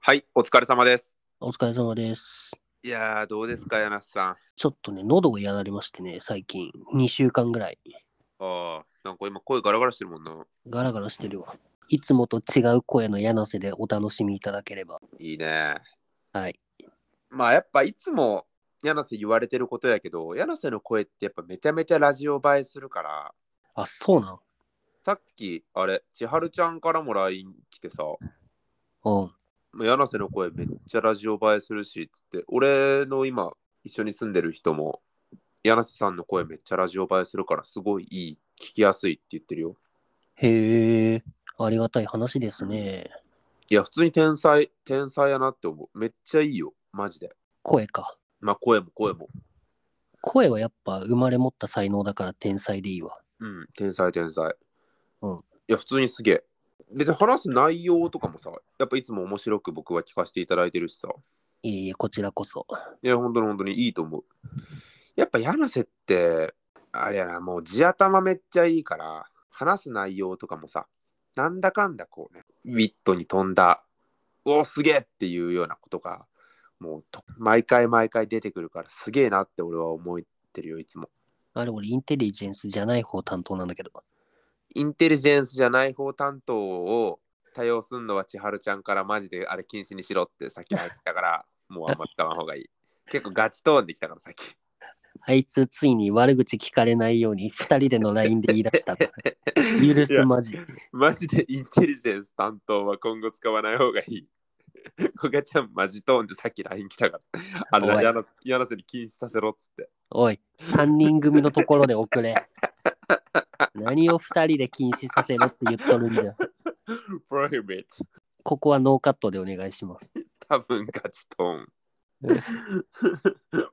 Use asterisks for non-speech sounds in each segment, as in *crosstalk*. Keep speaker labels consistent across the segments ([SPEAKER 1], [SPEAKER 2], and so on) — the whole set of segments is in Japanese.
[SPEAKER 1] はい、お疲れ様です。
[SPEAKER 2] お疲れ様です。
[SPEAKER 1] いやー、どうですか、柳瀬さん。
[SPEAKER 2] ちょっとね、喉がやられましてね、最近、2週間ぐらい、
[SPEAKER 1] ああ、なんか今声ガラガラしてるもんな。
[SPEAKER 2] ガラガラしてるわ。いつもと違う声の柳瀬でお楽しみいただければ。
[SPEAKER 1] いいね。
[SPEAKER 2] はい。
[SPEAKER 1] まあやっぱいつも柳瀬言われてることやけど、柳瀬の声ってやっぱめちゃめちゃラジオ映えするから、
[SPEAKER 2] あ、そうなん
[SPEAKER 1] さっきあれ、千春ちゃんからも LINE 来てさ、
[SPEAKER 2] うん。
[SPEAKER 1] まあ柳瀬の声めっちゃラジオ映えするし、つって、俺の今一緒に住んでる人も、柳瀬さんの声めっちゃラジオ映えするから、すごいいい、聞きやすいって言ってるよ。
[SPEAKER 2] へえ、ありがたい話ですね。
[SPEAKER 1] いや、普通に天才、天才やなって思う。めっちゃいいよ、マジで。
[SPEAKER 2] 声か。
[SPEAKER 1] まあ、声も声も。
[SPEAKER 2] 声はやっぱ生まれ持った才能だから天才でいいわ。
[SPEAKER 1] うん、天才天才。
[SPEAKER 2] う
[SPEAKER 1] い
[SPEAKER 2] ん
[SPEAKER 1] や、普通にすげえ。別に話す内容とかもさ、やっぱいつも面白く僕は聞かせていただいてるしさ。
[SPEAKER 2] いえいえ、こちらこそ。
[SPEAKER 1] いや、本当に本当にいいと思う。やっぱ柳瀬って、あれやな、もう地頭めっちゃいいから、話す内容とかもさ、なんだかんだこうね、ウィットに飛んだ、おお、すげえっていうようなことが、もうと毎回毎回出てくるから、すげえなって俺は思ってるよ、いつも。
[SPEAKER 2] あれ、俺、インテリジェンスじゃない方担当なんだけど。
[SPEAKER 1] インテリジェンスじゃない方担当を多用すんのは千春ちゃんからマジであれ禁止にしろってさっき言ったから、もうあんま使わん方がい
[SPEAKER 2] *laughs*
[SPEAKER 1] い。結構ガチトーンできたからさっき。
[SPEAKER 2] あいつ、ついに悪口聞かれないように、2人での LINE で言い出したと。許すまじ。
[SPEAKER 1] マジでインテリジェンス担当は今後使わない方がいい。こがちゃんマジトーンでさっき LINE 来たから。あ
[SPEAKER 2] お
[SPEAKER 1] れ、
[SPEAKER 2] い
[SPEAKER 1] やらやらせに禁止させろっつって。
[SPEAKER 2] おい、3人組のところで遅れ。何を2人で禁止させろって言っとるんじゃん。
[SPEAKER 1] プロヒビット。
[SPEAKER 2] ここはノーカットでお願いします。
[SPEAKER 1] 多分ガチトーン。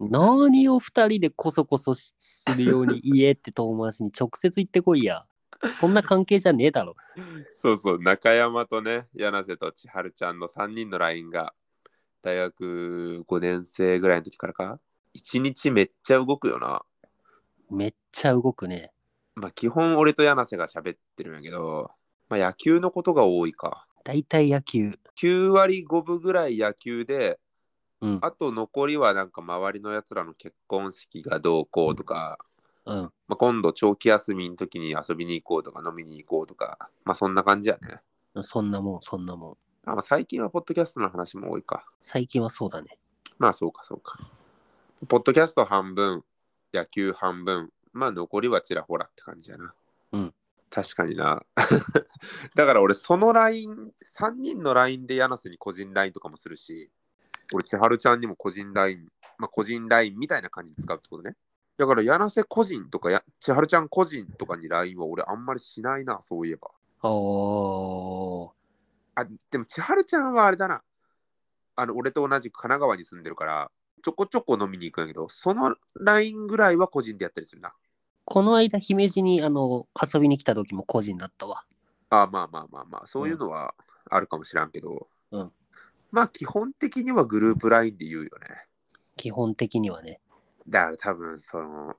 [SPEAKER 2] 何を2人でこそこそしするように言えって遠回しに直接言ってこいや。そんな関係じゃねえだろ。
[SPEAKER 1] そうそう、中山とね、柳瀬と千春ちゃんの3人の LINE が、大学5年生ぐらいの時からか、1日めっちゃ動くよな。
[SPEAKER 2] めっちゃ動くね。
[SPEAKER 1] まあ、基本俺と柳瀬が喋ってるんやけど、まあ、野球のことが多いか。
[SPEAKER 2] だいたい野球。
[SPEAKER 1] 9割5分ぐらい野球で、
[SPEAKER 2] うん。
[SPEAKER 1] あと残りはなんか周りのやつらの結婚式がどうこうとか、
[SPEAKER 2] うん。
[SPEAKER 1] まあ、今度長期休みの時に遊びに行こうとか飲みに行こうとか、まあそんな感じやね。
[SPEAKER 2] そんなもん、そんなもん。
[SPEAKER 1] あまあ、最近はポッドキャストの話も多いか。
[SPEAKER 2] 最近はそうだね。
[SPEAKER 1] まあそうかそうか。ポッドキャスト半分、野球半分、まあ残りはちらほらって感じやな。
[SPEAKER 2] うん。
[SPEAKER 1] 確かにな。 *laughs* だから俺その LINE、3人の LINE で柳瀬に個人 LINE とかもするし、俺千春ちゃんにも個人 LINE、まあ個人 LINE みたいな感じで使うってことね。だから柳瀬個人とかや千春ちゃん個人とかに LINE は俺あんまりしないな、そういえば。
[SPEAKER 2] おー。
[SPEAKER 1] あ、でも千春ちゃんはあれだな。あの、俺と同じく神奈川に住んでるから、ちょこちょこ飲みに行くんやけど、そのラインぐらいは個人でやったりするな。
[SPEAKER 2] この間、姫路にあの遊びに来た時も個人だったわ。
[SPEAKER 1] あまあまあまあまあ、そういうのはあるかもしらんけど、
[SPEAKER 2] うん
[SPEAKER 1] まあ基本的にはグループラインで言うよね。
[SPEAKER 2] 基本的にはね。
[SPEAKER 1] だから多分、その、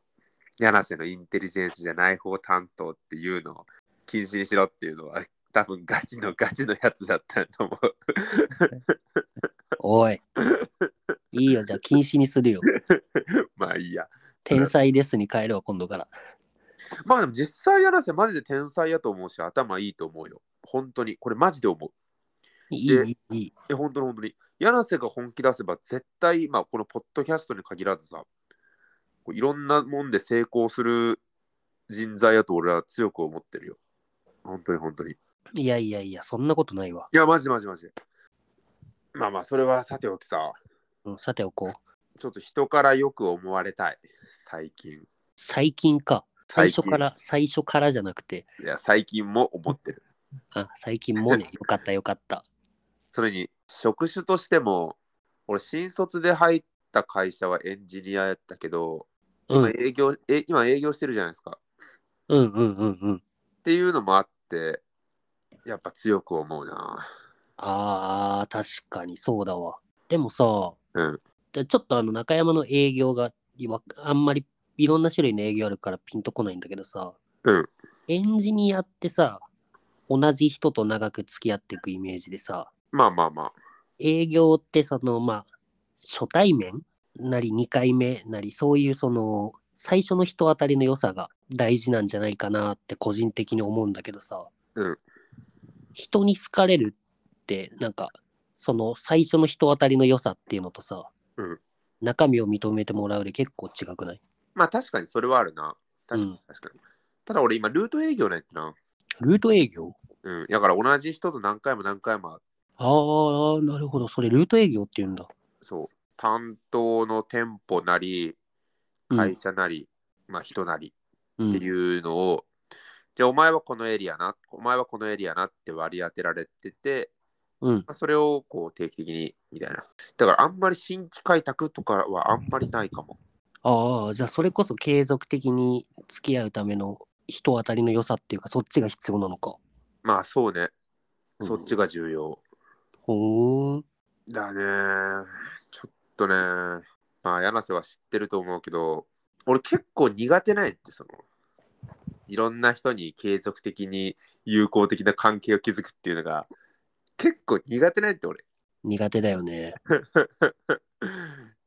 [SPEAKER 1] 柳瀬のインテリジェンスじゃない方担当っていうのを禁止にしろっていうのは、多分ガチのガチのやつだったと思う。 *laughs*
[SPEAKER 2] おい。いいよ、じゃあ禁止にするよ。
[SPEAKER 1] まあいいや。
[SPEAKER 2] 天才ですに変えるわ、今度から。
[SPEAKER 1] まあでも実際柳瀬マジで天才やと思うし頭いいと思うよ。本当に。これマジで思う。
[SPEAKER 2] いい、いい、いい。
[SPEAKER 1] え、本当に本当に。柳瀬が本気出せば絶対、まあこのポッドキャストに限らずさ、こういろんなもんで成功する人材やと俺は強く思ってるよ。本当に本当に。い
[SPEAKER 2] いやいやいや、そんなことないわ。
[SPEAKER 1] や、マジマジマジ。まあまあ、それはさておきさ、
[SPEAKER 2] うん、さておこう。
[SPEAKER 1] ちょっと人からよく思われたい。最近。
[SPEAKER 2] 最近か。最
[SPEAKER 1] 最
[SPEAKER 2] 初
[SPEAKER 1] 近
[SPEAKER 2] から、最初からじゃなくて、
[SPEAKER 1] いや、最近も思ってる。
[SPEAKER 2] あ、最近もね、よかったよかった。
[SPEAKER 1] それに職種としても俺新卒で入った会社はエンジニアやったけど *laughs*
[SPEAKER 2] う
[SPEAKER 1] 今
[SPEAKER 2] ん、
[SPEAKER 1] 営業、え今営業してるじゃないですか
[SPEAKER 2] うん、うん、うん、うん。
[SPEAKER 1] っていうのもあってやっぱ強く思うな
[SPEAKER 2] あー、確かにそうだわ。でもさ、
[SPEAKER 1] うん
[SPEAKER 2] じゃあちょっとあの中山の営業が今あんまりいろんな種類の営業あるからピンとこないんだけどさ、
[SPEAKER 1] うん
[SPEAKER 2] エンジニアってさ同じ人と長く付き合っていくイメージでさ
[SPEAKER 1] まあまあまあ
[SPEAKER 2] 営業ってそのまあ初対面なり2回目なりそういうその最初の人当たりの良さが大事なんじゃないかなって個人的に思うんだけどさ、
[SPEAKER 1] うん
[SPEAKER 2] 人に好かれるってなんかその最初の人当たりの良さっていうのとさ、
[SPEAKER 1] うん
[SPEAKER 2] 中身を認めてもらうで結構違くない
[SPEAKER 1] まあ確かにそれはあるな。確か
[SPEAKER 2] うん
[SPEAKER 1] に確かに。ただ俺今ルート営業なんやってな。
[SPEAKER 2] ルート営業
[SPEAKER 1] うん。だから同じ人と何回も何回も、
[SPEAKER 2] ああなるほどそれルート営業って言うんだ、
[SPEAKER 1] そう、担当の店舗なり、
[SPEAKER 2] うん
[SPEAKER 1] 会社なり、まあ人なり
[SPEAKER 2] う
[SPEAKER 1] って
[SPEAKER 2] ん
[SPEAKER 1] いうのを、じゃあお前はこのエリアな、お前はこのエリアなって割り当てられてて、
[SPEAKER 2] うん
[SPEAKER 1] まあ、それをこう定期的にみたいな。だからあんまり新規開拓とかはあんまりないかも。
[SPEAKER 2] ああじゃあそれこそ継続的に付き合うための人当たりの良さっていうかそっちが必要なのか
[SPEAKER 1] まあそうね。そっちが重要。
[SPEAKER 2] ほう
[SPEAKER 1] だね。ちょっとね。まあ、柳瀬は知ってると思うけど、俺結構苦手なんやって、その、いろんな人に継続的に友好的な関係を築くっていうのが、結構苦手なんやって、俺。
[SPEAKER 2] 苦手だよね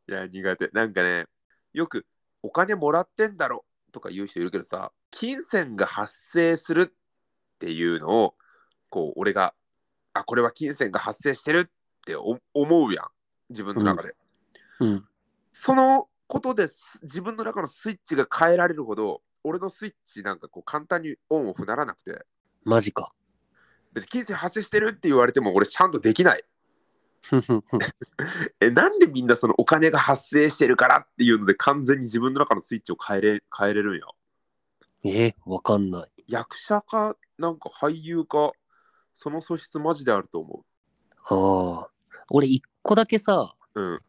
[SPEAKER 1] いや、苦手。なんかね、よく、お金もらってんだろとか言う人いるけどさ、金銭が発生するっていうのを、こう、俺が、あ、これは金銭が発生してるってお思うやん、自分の中で。
[SPEAKER 2] うん
[SPEAKER 1] そのことです自分の中のスイッチが変えられるほど俺のスイッチなんかこう簡単にオンオフならなくて
[SPEAKER 2] マジか
[SPEAKER 1] 別に金銭発生してるって言われても俺ちゃんとできない
[SPEAKER 2] ふんふんふん
[SPEAKER 1] えなんでみんなそのお金が発生してるからっていうので完全に自分の中のスイッチを変えれ変えれるんや
[SPEAKER 2] えー、わかんない
[SPEAKER 1] 役者かなんか俳優かその素質マジであると思
[SPEAKER 2] ああ俺一個だけさ
[SPEAKER 1] ううん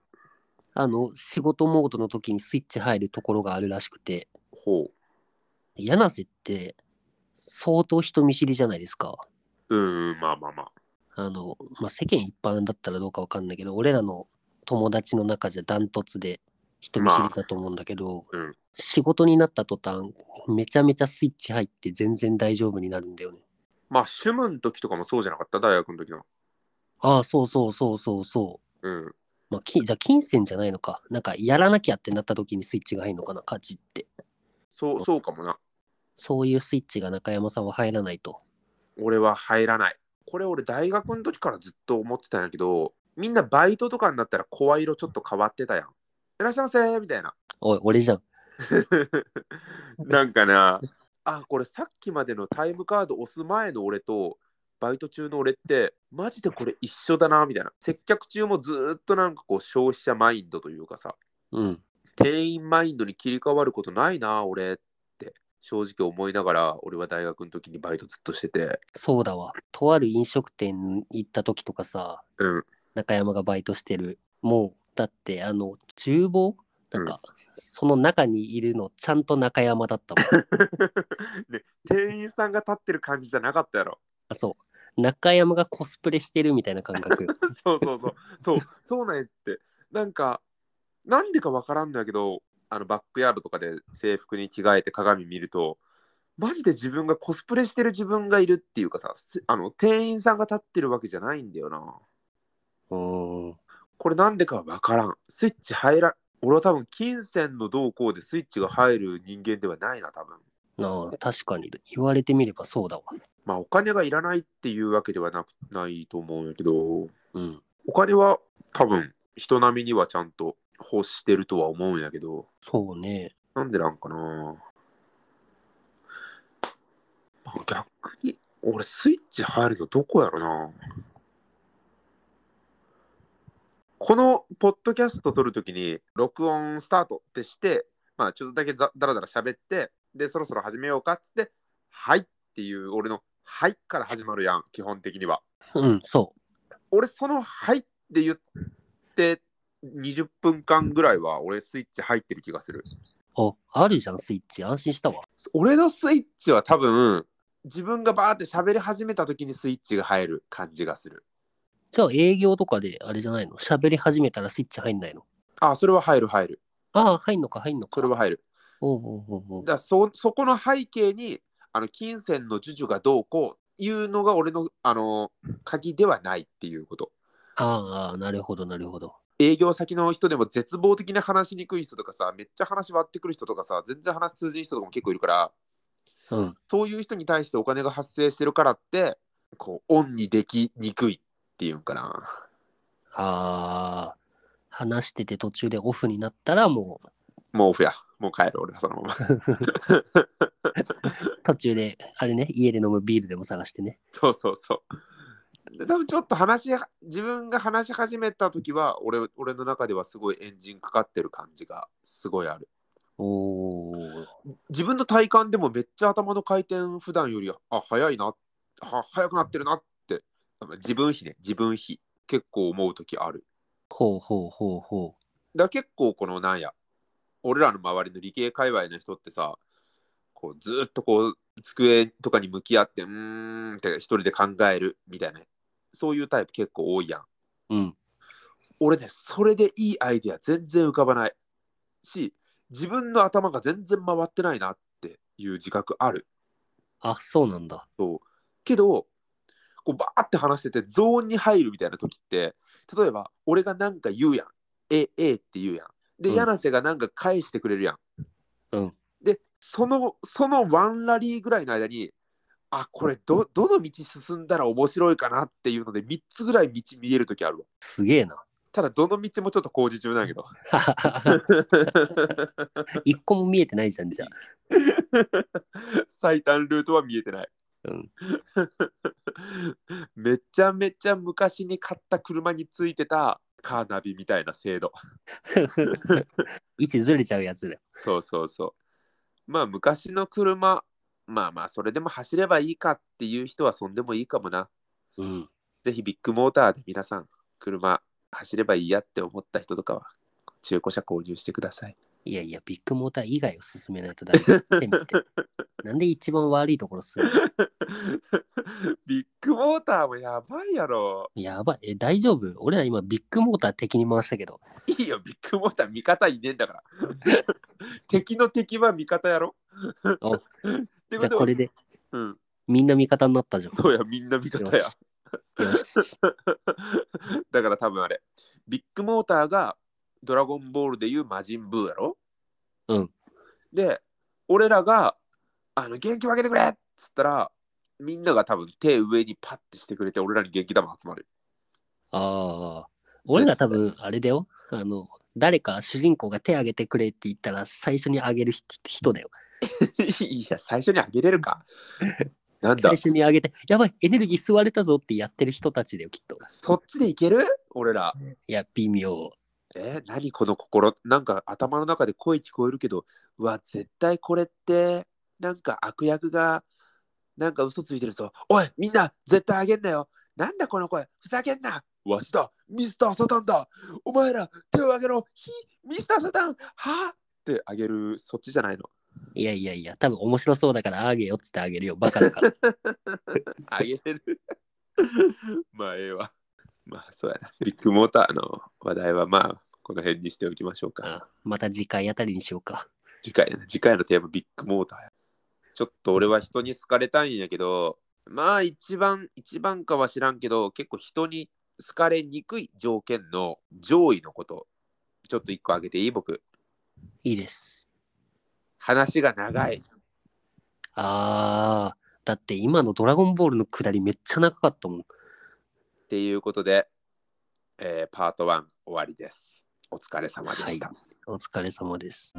[SPEAKER 2] あの仕事モードの時にスイッチ入るところがあるらしくて
[SPEAKER 1] ほ
[SPEAKER 2] 柳瀬って相当人見知りじゃないですか
[SPEAKER 1] ううんうんまあまあまあ
[SPEAKER 2] あの、まあ、世間一般だったらどうかわかんないけど、俺らの友達の中じゃダントツで人見知りだと思うんだけど、
[SPEAKER 1] まあうん
[SPEAKER 2] 仕事になった途端、めちゃめちゃスイッチ入って全然大丈夫になるんだよね。
[SPEAKER 1] まあ主務の時とかもそうじゃなかった大学の時の
[SPEAKER 2] ああ、そうそうそうそうそう。
[SPEAKER 1] うん
[SPEAKER 2] まあ、きじゃあ金銭じゃないのか。なんかやらなきゃってなった時にスイッチが入るのかな、価値って。
[SPEAKER 1] そうそうかもな
[SPEAKER 2] そういうスイッチが中山さんは入らないと。
[SPEAKER 1] 俺は入らないこれ俺大学の時からずっと思ってたんやけどみんなバイトとかになったら声色ちょっと変わってたやんいらっしゃいませみたいな
[SPEAKER 2] おい、俺じゃん。
[SPEAKER 1] *laughs* なんかなあこれさっきまでのタイムカード押す前の俺とバイト中の俺ってマジでこれ一緒だなみたいな接客中もずーっとなんかこう消費者マインドというかさ
[SPEAKER 2] うん。
[SPEAKER 1] 店員マインドに切り替わることないな俺って正直思いながら俺は大学の時にバイトずっとしてて
[SPEAKER 2] そうだわ。とある飲食店行った時とかさ、
[SPEAKER 1] うん *laughs*
[SPEAKER 2] 中山がバイトしてるもうだってあの厨房なんか、その中にいるのちゃんと中山だったもん *laughs*
[SPEAKER 1] ね、店員さんが立ってる感じじゃなかったやろ。
[SPEAKER 2] あそう中山がコスプレしてるみたいな感覚
[SPEAKER 1] *laughs* そうそうそう。そう、そうなんやって。なんか、なんでかわからんだけど、あのバックヤードとかで制服に着替えて鏡見ると、マジで自分がコスプレしてる自分がいるっていうかさ、すあの店員さんが立ってるわけじゃないんだよな。
[SPEAKER 2] うーん
[SPEAKER 1] これなんでかわからん。スイッチ入らん。俺は多分金銭の動向でスイッチが入る人間ではないな、多分。
[SPEAKER 2] なあ確かに言われてみればそうだわ
[SPEAKER 1] まあお金がいらないっていうわけではなくないと思うんやけど、
[SPEAKER 2] うん
[SPEAKER 1] お金は多分人並みにはちゃんと欲してるとは思うんやけど
[SPEAKER 2] そうね
[SPEAKER 1] なんでなんかな、まあ逆に俺スイッチ入るのどこやろなこのポッドキャスト撮るときに録音スタートってしてまあちょっとだけざだらだら喋ってでそろそろ始めようかっつって「はい」っていう俺の「はい」から始まるやん基本的には。
[SPEAKER 2] うんそ
[SPEAKER 1] 俺その「はい」って言って20分間ぐらいは俺スイッチ入ってる気がする
[SPEAKER 2] うああるじゃんスイッチ安心したわ
[SPEAKER 1] 俺のスイッチは多分自分がバーって喋り始めた時にスイッチが入る感じがする
[SPEAKER 2] じゃあ営業とかであれじゃないの喋り始めたらスイッチ入んないの
[SPEAKER 1] あそれは入る入る
[SPEAKER 2] ああ入んのか入んのか
[SPEAKER 1] それは入る
[SPEAKER 2] おうおうおうおう
[SPEAKER 1] だからそそこの背景にあの金銭の授受がどうこういうのが俺のあの鍵ではないっていうこと
[SPEAKER 2] ああ、なるほど、なるほど。
[SPEAKER 1] 営業先の人でも絶望的な話しにくい人とかさ、めっちゃ話割ってくる人とかさ、全然話通じる人とかも結構いるから、
[SPEAKER 2] うん。
[SPEAKER 1] そういう人に対してお金が発生してるからって、こう、オンにできにくいっていうんかな。
[SPEAKER 2] ああ、話してて途中でオフになったらも
[SPEAKER 1] もうオフや。もう帰る、俺はそのまま。 *laughs*
[SPEAKER 2] う途中で、あれね、家で飲むビールでも探してね。
[SPEAKER 1] そうそうそう。で多分ちょっと話し自分が話し始めた時は俺俺の中ではすごいエンジンかかってる感じがすごいある
[SPEAKER 2] おお。
[SPEAKER 1] 自分の体感でもめっちゃ頭の回転普段よりあ早いなは早くなってるなって自分比ね自分比結構思う時ある
[SPEAKER 2] ほうほうほうほう。
[SPEAKER 1] だから結構このなんや俺らの周りの理系界隈の人ってさこうずーっとこう机とかに向き合ってうーんって一人で考えるみたいなそういうタイプ結構多いやん
[SPEAKER 2] うん。
[SPEAKER 1] 俺ねそれでいいアイディア全然浮かばないし自分の頭が全然回ってないなっていう自覚ある
[SPEAKER 2] あ、そうなんだ。
[SPEAKER 1] そうけどこうバーって話しててゾーンに入るみたいな時って例えば俺が何か言うやん「ええって言うやんで、
[SPEAKER 2] うん
[SPEAKER 1] 柳瀬が何か返してくれるやん、
[SPEAKER 2] うん
[SPEAKER 1] でそのそのワンラリーぐらいの間にあこれどどの道進んだら面白いかなっていうので3つぐらい道見える時あるわ
[SPEAKER 2] すげえな。 *laughs*
[SPEAKER 1] ただどの道もちょっと工事中なんやけど *laughs*
[SPEAKER 2] 一個も見えてないじゃん、じゃあ。
[SPEAKER 1] 最短ルートは見えてない、
[SPEAKER 2] うん、 *laughs*
[SPEAKER 1] めちゃめちゃ昔に買った車についてたカーナビみたいな制度
[SPEAKER 2] 位置ずれちゃうやつだよ。
[SPEAKER 1] *laughs* そうそうそうまあ昔の車まあまあそれでも走ればいいかっていう人はそんでもいいかもな
[SPEAKER 2] うん。
[SPEAKER 1] ぜひビッグモーターで皆さん車走ればいいやって思った人とかは中古車購入してください *laughs*
[SPEAKER 2] いやいや、ビッグモーター以外を進めないとダメだって *laughs* みて。なんで一番悪いところするの
[SPEAKER 1] ビッグモーターもやばいやろ。
[SPEAKER 2] やばい。え、大丈夫俺ら今ビッグモーター敵に回したけど。
[SPEAKER 1] いいよ、ビッグモーター味方いねえんだ
[SPEAKER 2] *laughs*
[SPEAKER 1] から。敵の敵は味方やろ。
[SPEAKER 2] お
[SPEAKER 1] *laughs* って
[SPEAKER 2] じ
[SPEAKER 1] こ
[SPEAKER 2] ゃあ
[SPEAKER 1] と
[SPEAKER 2] こ
[SPEAKER 1] は、
[SPEAKER 2] れで
[SPEAKER 1] うん、
[SPEAKER 2] みんな味方になったじゃん。
[SPEAKER 1] そうや、みんな味方
[SPEAKER 2] よ
[SPEAKER 1] や。
[SPEAKER 2] し。よ
[SPEAKER 1] *laughs*
[SPEAKER 2] し。
[SPEAKER 1] だから多分あれ、ビッグモーターがドラゴンボールでいう魔人ブーやろ。
[SPEAKER 2] うん。
[SPEAKER 1] で、俺らが、あの、元気分けてくれっつったら、みんなが多分手上にパッてしてくれて、俺らに元気玉集まる。 *laughs*
[SPEAKER 2] ああ。俺ら多分あれだよ。あの、誰か主人公が手挙げてくれって言ったら最初に挙げる人人だよ。
[SPEAKER 1] いや、最初にあげれるか。なんだ
[SPEAKER 2] *laughs* 最、初に挙げて、やばい、エネルギー吸われたぞってやってる人たちだよ、きっと。
[SPEAKER 1] そっちでいける俺ら。
[SPEAKER 2] いや、微妙。
[SPEAKER 1] えー何この心。なんか頭の中で声聞こえるけど、うわ、絶対これって、なんか悪役が、なんか嘘ついてるぞ。おい、みんな、絶対あげんなよ。なんだこの声、ふざけんな。わしだ、ミスターサタンだ。お前ら、手を挙げろ。ひ、ミスターサタン、はってあげる、そっちじゃないの。
[SPEAKER 2] いやいやいや、多分面白そうだからあげよっつってあげるよ、バカ
[SPEAKER 1] *laughs*
[SPEAKER 2] だから。
[SPEAKER 1] あげれる。 *laughs* まあ、ええわ。まあ、そうやな。ビッグモーターの話題は、まあ、この辺にしておきましょうか。
[SPEAKER 2] あまた次回あたりにしようか。
[SPEAKER 1] 次回やな、次回のテーマ、ビッグモーターや。ちょっと俺は人に好かれたいんやけど、まあ、一番、一番かは知らんけど、結構人に好かれにくい条件の上位のこと、ちょっと一個挙げていい僕。
[SPEAKER 2] いいです。
[SPEAKER 1] 話が長い。
[SPEAKER 2] あー、だって今のドラゴンボールのくだりめっちゃ長かったもん。
[SPEAKER 1] っていうことで、えーパート1終わりです。お疲れ様でした。
[SPEAKER 2] お疲れ様です。